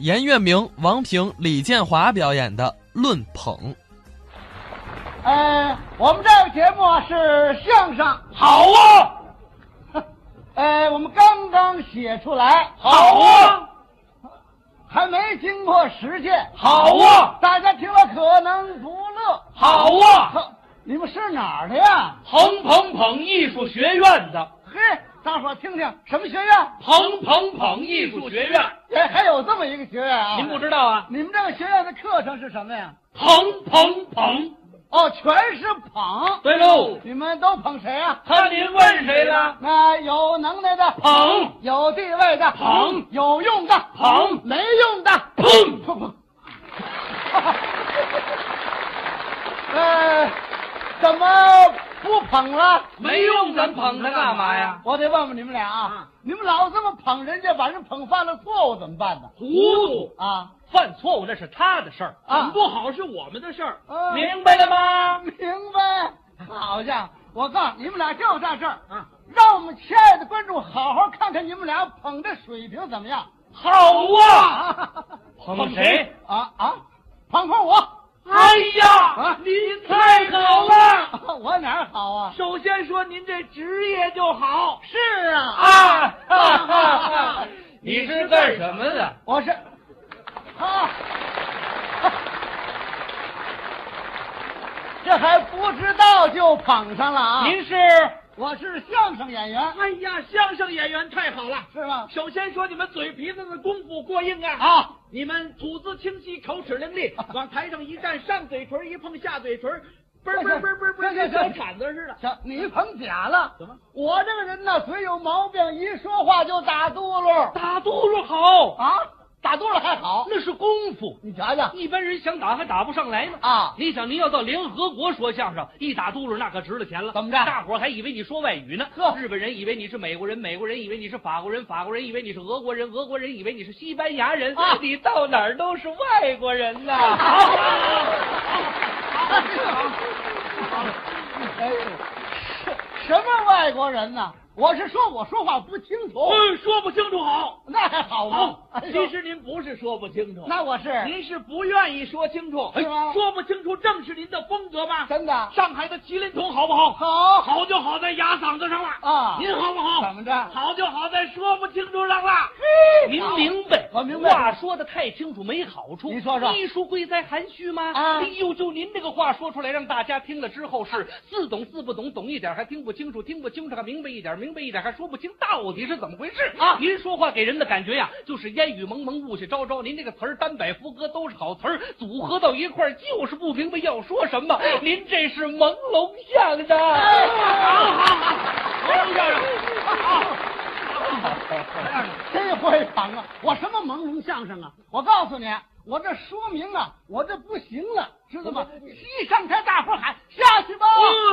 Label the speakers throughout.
Speaker 1: 严月明、王平、李建华表演的《论捧》。
Speaker 2: 呃，我们这个节目啊是相声，
Speaker 3: 好啊，
Speaker 2: 呃，我们刚刚写出来，
Speaker 3: 好啊，
Speaker 2: 还没经过实践，
Speaker 3: 好啊，
Speaker 2: 大家听了可能不乐。
Speaker 3: 好啊！
Speaker 2: 呵，你们是哪儿的呀？
Speaker 3: 彭彭彭艺术学院的
Speaker 2: 嘿，大伙儿听听，什么学院？
Speaker 3: 彭彭彭艺术学院，
Speaker 2: 哎，还有这么一个学院啊？
Speaker 3: 您不知道啊？
Speaker 2: 你们这个学院的课程是什么呀？
Speaker 3: 彭彭彭，
Speaker 2: 哦，全是捧，
Speaker 3: 对喽，
Speaker 2: 你们都捧谁啊？
Speaker 3: 看您问谁了？
Speaker 2: 哎那有能耐的
Speaker 3: 捧
Speaker 2: 有地位的嗯
Speaker 3: 捧
Speaker 2: 有用的嗯
Speaker 3: 捧
Speaker 2: 没用的
Speaker 3: 砰！
Speaker 2: 砰砰。呃，怎么不捧了？
Speaker 3: 没用，咱捧他干嘛呀？
Speaker 2: 我得问问你们俩
Speaker 3: 嗯
Speaker 2: 啊，你们老这么捧人家，把人捧犯了错误怎么办呢？
Speaker 3: 糊涂，
Speaker 2: 啊，
Speaker 3: 犯错误那是他的事儿，
Speaker 2: 啊
Speaker 3: 很不好是我们的事儿
Speaker 2: 嗯，
Speaker 3: 明白了吗？
Speaker 2: 明白？
Speaker 3: 嗯
Speaker 2: 好家伙，我告诉你们俩就在这儿
Speaker 3: 啊，
Speaker 2: 让我们亲爱的观众好好看看你们俩捧的水平怎么样。
Speaker 3: 好 啊，
Speaker 2: 啊
Speaker 3: 捧谁？
Speaker 2: 啊啊！捧捧我，
Speaker 3: 哎呀
Speaker 2: 啊，
Speaker 3: 您太好了！
Speaker 2: 我哪儿好啊？
Speaker 3: 首先说您这职业就好
Speaker 2: 是啊，
Speaker 3: 啊，哈哈哈！你是干什么的？
Speaker 2: 我是啊，这还不知道就捧上了啊！
Speaker 3: 您是？
Speaker 2: 我是相声演员，
Speaker 3: 哎呀，相声演员太好了！
Speaker 2: 是吗？
Speaker 3: 首先说你们嘴皮子的功夫过硬啊！
Speaker 2: 啊，
Speaker 3: 你们吐字清晰，口齿伶俐，往台上一站，上嘴唇一碰，下嘴唇，嘣儿嘣儿嘣儿嘣儿嘣儿，跟小铲子似的。
Speaker 2: 行，你捧假了。
Speaker 3: 怎么？
Speaker 2: 我这个人呢，嘴有毛病，一说话就打嘟噜
Speaker 3: 打嘟噜好，
Speaker 2: 啊，打嘟噜还好。
Speaker 3: 那是功夫，
Speaker 2: 你瞧瞧
Speaker 3: 一般人想打还打不上来呢。
Speaker 2: 啊，
Speaker 3: 你想，您要到联合国说相声，一打嘟噜那可值了钱了。
Speaker 2: 怎么着
Speaker 3: 大伙儿还以为你说外语呢。
Speaker 2: 呵
Speaker 3: 日本人以为你是美国人，美国人以为你是法国人，法国人以为你是俄国人，俄国人以为你是西班牙人。
Speaker 2: 啊
Speaker 3: 你到哪儿都是外国人呐。
Speaker 2: 哎呦，什什么外国人呢？我是说我说话不清楚，
Speaker 3: 嗯，说不清楚好。
Speaker 2: 那还好吗
Speaker 3: 好？，
Speaker 2: 哎呦
Speaker 3: 其实您不是说不清楚，
Speaker 2: 那我是
Speaker 3: 您是不愿意说清楚。
Speaker 2: 是吗
Speaker 3: 说不清楚正是您的风格吧？
Speaker 2: 真的
Speaker 3: 上海的麒麟童好不好？
Speaker 2: 好
Speaker 3: 好就好在哑嗓子上了
Speaker 2: 啊
Speaker 3: 您好不好？
Speaker 2: 怎么着
Speaker 3: 好就好在说不清楚上了。您
Speaker 2: 好
Speaker 3: 明白，
Speaker 2: 我明白
Speaker 3: 话说的太清楚没好处。
Speaker 2: 您说说
Speaker 3: 艺术贵在含蓄吗？
Speaker 2: 啊
Speaker 3: 哎呦，就您这个话说出来，让大家听了之后是似懂似不懂，懂一点还听不清楚，听不清楚还明白一点，明白一点还说不清到底是怎么回事
Speaker 2: 啊
Speaker 3: 您说话给人的感觉呀，就是烟雨蒙蒙，雾气昭昭。您这个词儿单摆副歌都是好词儿，组合到一块儿就是不明白要说什么。
Speaker 2: 哎
Speaker 3: 您这是朦胧相声。好好好，啊朦胧相声。
Speaker 2: 真会捧啊！我什么朦胧相声啊？我告诉你，我这说明啊，我这不行了，知道吗？一上台，大伙儿喊下去吧。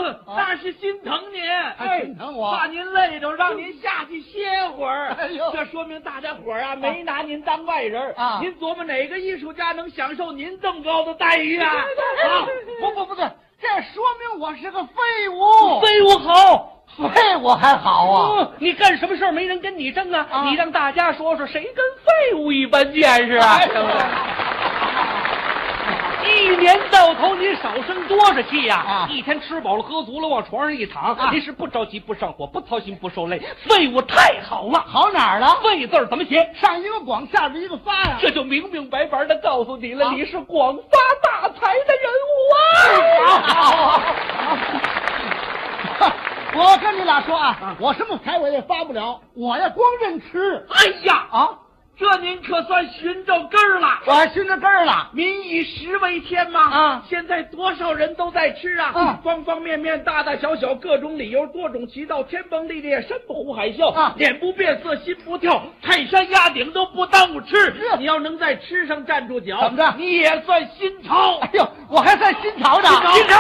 Speaker 3: 嗯，
Speaker 2: 啊
Speaker 3: 那是心疼您，
Speaker 2: 还啊心疼我
Speaker 3: 哎怕您累着，让您下去歇会儿。
Speaker 2: 哎呦
Speaker 3: 这说明大家伙儿啊，没拿您当外人儿
Speaker 2: 啊
Speaker 3: 您琢磨哪个艺术家能享受您这么高的待遇啊？啊，
Speaker 2: 不不不对，这说明我是个废物。
Speaker 3: 废物好。
Speaker 2: 废物还好啊！
Speaker 3: 哦嗯，你干什么事儿没人跟你争啊？
Speaker 2: 啊
Speaker 3: 你让大家说说，谁跟废物一般见识啊？
Speaker 2: 哎呦
Speaker 3: 一年到头，您少生多少气呀、
Speaker 2: 哎啊
Speaker 3: 一天吃饱了喝足了，往床上一躺，
Speaker 2: 啊
Speaker 3: 您是不着急不上火，不操心不受累，废物太好了。
Speaker 2: 好哪儿了？
Speaker 3: 废字儿怎么写？
Speaker 2: 上一个广，下边一个发呀、
Speaker 3: 这就明明白白的告诉你了，
Speaker 2: 啊
Speaker 3: 你是广发大财的人物啊！
Speaker 2: 我跟你俩说啊，我什么财我也发不了，我呀光认吃
Speaker 3: 哎呀，
Speaker 2: 啊，
Speaker 3: 这您可算寻着根儿了。
Speaker 2: 我还熏着根儿了。
Speaker 3: 民以食为天嘛，
Speaker 2: 啊
Speaker 3: 现在多少人都在吃啊，
Speaker 2: 啊
Speaker 3: 方方面面、大大小小、各种理由、多种渠道，天崩地裂、山不呼海啸，
Speaker 2: 啊
Speaker 3: 脸不变色、心不跳，泰山压顶都不耽误吃。
Speaker 2: 是
Speaker 3: 你要能在吃上站住脚，
Speaker 2: 怎么着
Speaker 3: 你也算新潮。
Speaker 2: 哎呦，我还算新潮呢。
Speaker 3: 新潮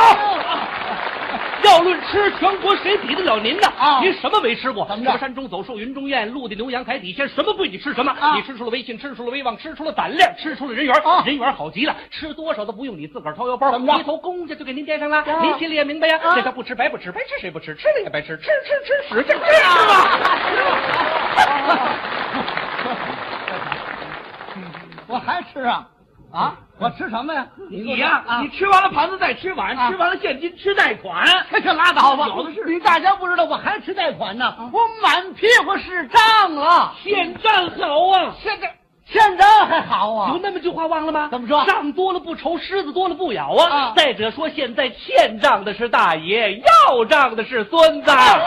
Speaker 3: 要论吃，全国谁比得了您呢？
Speaker 2: 啊
Speaker 3: 您什么没吃过？
Speaker 2: 怎么着
Speaker 3: 什山中走树，云中雁，陆地牛羊台底鲜，什么贵你吃什么？
Speaker 2: 啊
Speaker 3: 你吃出了威信，吃出了威望，吃出了胆量，吃出了人缘。
Speaker 2: 啊
Speaker 3: 人缘好极了，吃多少都不用你自个儿掏腰包，
Speaker 2: 怎么着
Speaker 3: 回头公家就给您垫上了。
Speaker 2: 啊
Speaker 3: 您心里也明白呀，
Speaker 2: 啊
Speaker 3: 这叫不吃白不吃，白吃谁不吃？吃了也白吃，吃吃吃使劲吃
Speaker 2: 啊
Speaker 3: 啊！
Speaker 2: 我还吃啊？啊，我吃什么呀？
Speaker 3: 你
Speaker 2: 呀、
Speaker 3: 呀、你吃完了盘子再吃碗，
Speaker 2: 啊
Speaker 3: 吃完了现金吃贷款。
Speaker 2: 这可拉倒吧！
Speaker 3: 有的是嗯
Speaker 2: 你大家不知道，我还吃贷款呢，我满屁股是账啊！
Speaker 3: 现账好啊！
Speaker 2: 现在现在还好啊
Speaker 3: 有！那么句话忘了吗？
Speaker 2: 怎么说
Speaker 3: 账多了不愁，狮子多了不咬啊！
Speaker 2: 啊
Speaker 3: 再者说，现在欠账的是大爷，要账的是孙子。
Speaker 2: 啊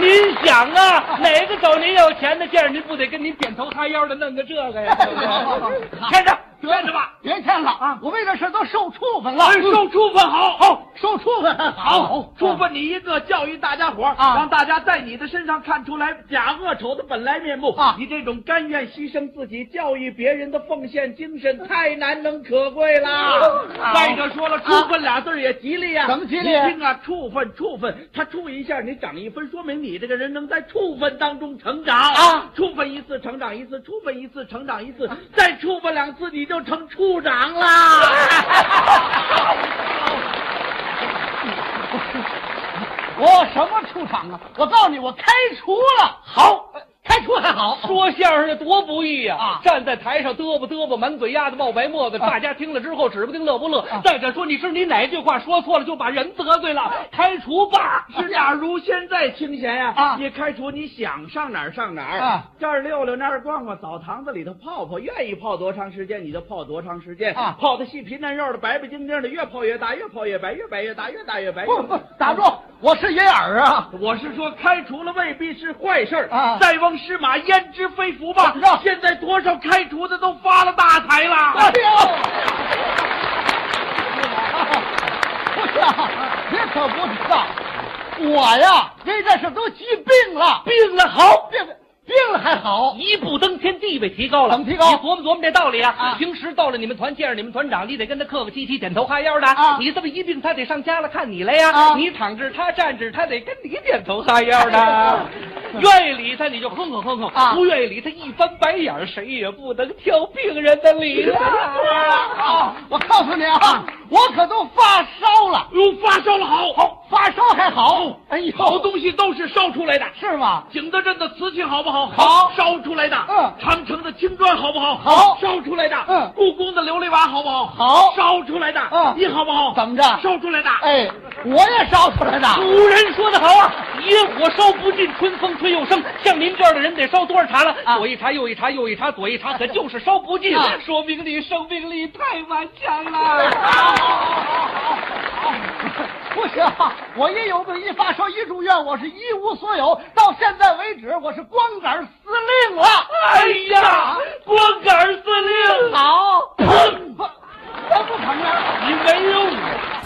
Speaker 3: 您想啊，哪个找您要钱的劲儿，您不得跟您点头哈腰的弄个这个呀？对不对欠着，欠着吧。
Speaker 2: 别欠了啊！我为这事儿都受处分了，
Speaker 3: 哎，受处分好，好，
Speaker 2: 受处分还
Speaker 3: 好，处
Speaker 2: 分
Speaker 3: 分你一个，教育大家伙儿
Speaker 2: 啊
Speaker 3: 让大家在你的身上看出来假恶丑的本来面目
Speaker 2: 啊
Speaker 3: 你这种甘愿牺牲自己、教育别人的奉献精神，太难能可贵啦
Speaker 2: 好。啊
Speaker 3: 再者说了，处分俩字儿也吉利呀、
Speaker 2: 怎么吉利
Speaker 3: 你听啊，处分，处分，他处一下，你长一分，说明你这个人能在处分当中成长
Speaker 2: 啊。
Speaker 3: 处分一次，成长一次；处分一次，成长一次；再处分两次，你就成处长 啦。
Speaker 2: 我什么出场啊？我告诉你，我开除了，好，开除还好。
Speaker 3: 说相声的多不易呀、
Speaker 2: 啊
Speaker 3: 站在台上嘚啵嘚啵，满嘴丫子冒白沫子，大家听了之后指不定乐不乐。
Speaker 2: 啊
Speaker 3: 再者说，你是你哪句话说错了，就把人得罪了，开除吧。是假如现在清闲呀、
Speaker 2: 啊
Speaker 3: 你开除，你想上哪儿上哪儿
Speaker 2: 啊，
Speaker 3: 这儿溜溜，那儿逛逛，澡堂子里头泡泡，愿意泡多长时间你就泡多长时间
Speaker 2: 啊
Speaker 3: 泡的细皮嫩肉的，白白净净的，越泡越大，越泡越白，越白越大，越大越白。
Speaker 2: 不不，打住！我是银耳啊！
Speaker 3: 我是说，开除了未必是坏事儿
Speaker 2: 啊
Speaker 3: 塞翁失马，焉知非福吧
Speaker 2: 怎么着
Speaker 3: 现在多少开除的都发了大财
Speaker 2: 哎
Speaker 3: 了。
Speaker 2: 呦，不是啊，你可不知道，我呀，因这事都急病了，
Speaker 3: 病了好，
Speaker 2: 病病了还好，
Speaker 3: 一步登天，地位提高了。
Speaker 2: 怎么提高
Speaker 3: 你琢磨琢磨这道理啊！
Speaker 2: 啊
Speaker 3: 平时到了你们团，见着你们团长，你得跟他客客气气、点头哈腰的。
Speaker 2: 啊
Speaker 3: 你这么一病，他得上家了看你了呀。
Speaker 2: 啊
Speaker 3: 你躺着，他站着，他得跟你点头哈腰的。 愿意理他你就哼哼哼哼，
Speaker 2: 啊
Speaker 3: 不愿意理他一翻白眼儿，谁也不能挑病人的理了。
Speaker 2: 啊！我告诉你啊，我可都发烧了，
Speaker 3: 哟，发烧了好，好，
Speaker 2: 发烧还好，哎呦，
Speaker 3: 好东西都是烧出来的。
Speaker 2: 是吗？
Speaker 3: 景德镇的瓷器好不好？
Speaker 2: 好
Speaker 3: 烧出来的。
Speaker 2: 嗯
Speaker 3: 长城的青砖好不好？
Speaker 2: 好
Speaker 3: 烧出来的。
Speaker 2: 嗯
Speaker 3: 故宫的琉璃瓦好不好？
Speaker 2: 好
Speaker 3: 烧出来的。
Speaker 2: 嗯
Speaker 3: 你好不好？
Speaker 2: 怎么着
Speaker 3: 烧出来的。
Speaker 2: 哎，我也烧出来的。
Speaker 3: 古人说得好啊，野火烧不尽，春风吹又生。像您这样的人得烧多少茶了？
Speaker 2: 啊
Speaker 3: 左一茶，右一茶，右一茶，左一茶，可就是烧不尽，
Speaker 2: 啊
Speaker 3: 说明你生命力太顽强了。
Speaker 2: 不行，我一有病一发烧一住院，我是一无所有。到现在为止，我是光杆司令了。
Speaker 3: 哎呀，光杆司令，
Speaker 2: 好，捧，他不捧啊？
Speaker 3: 你没用。啊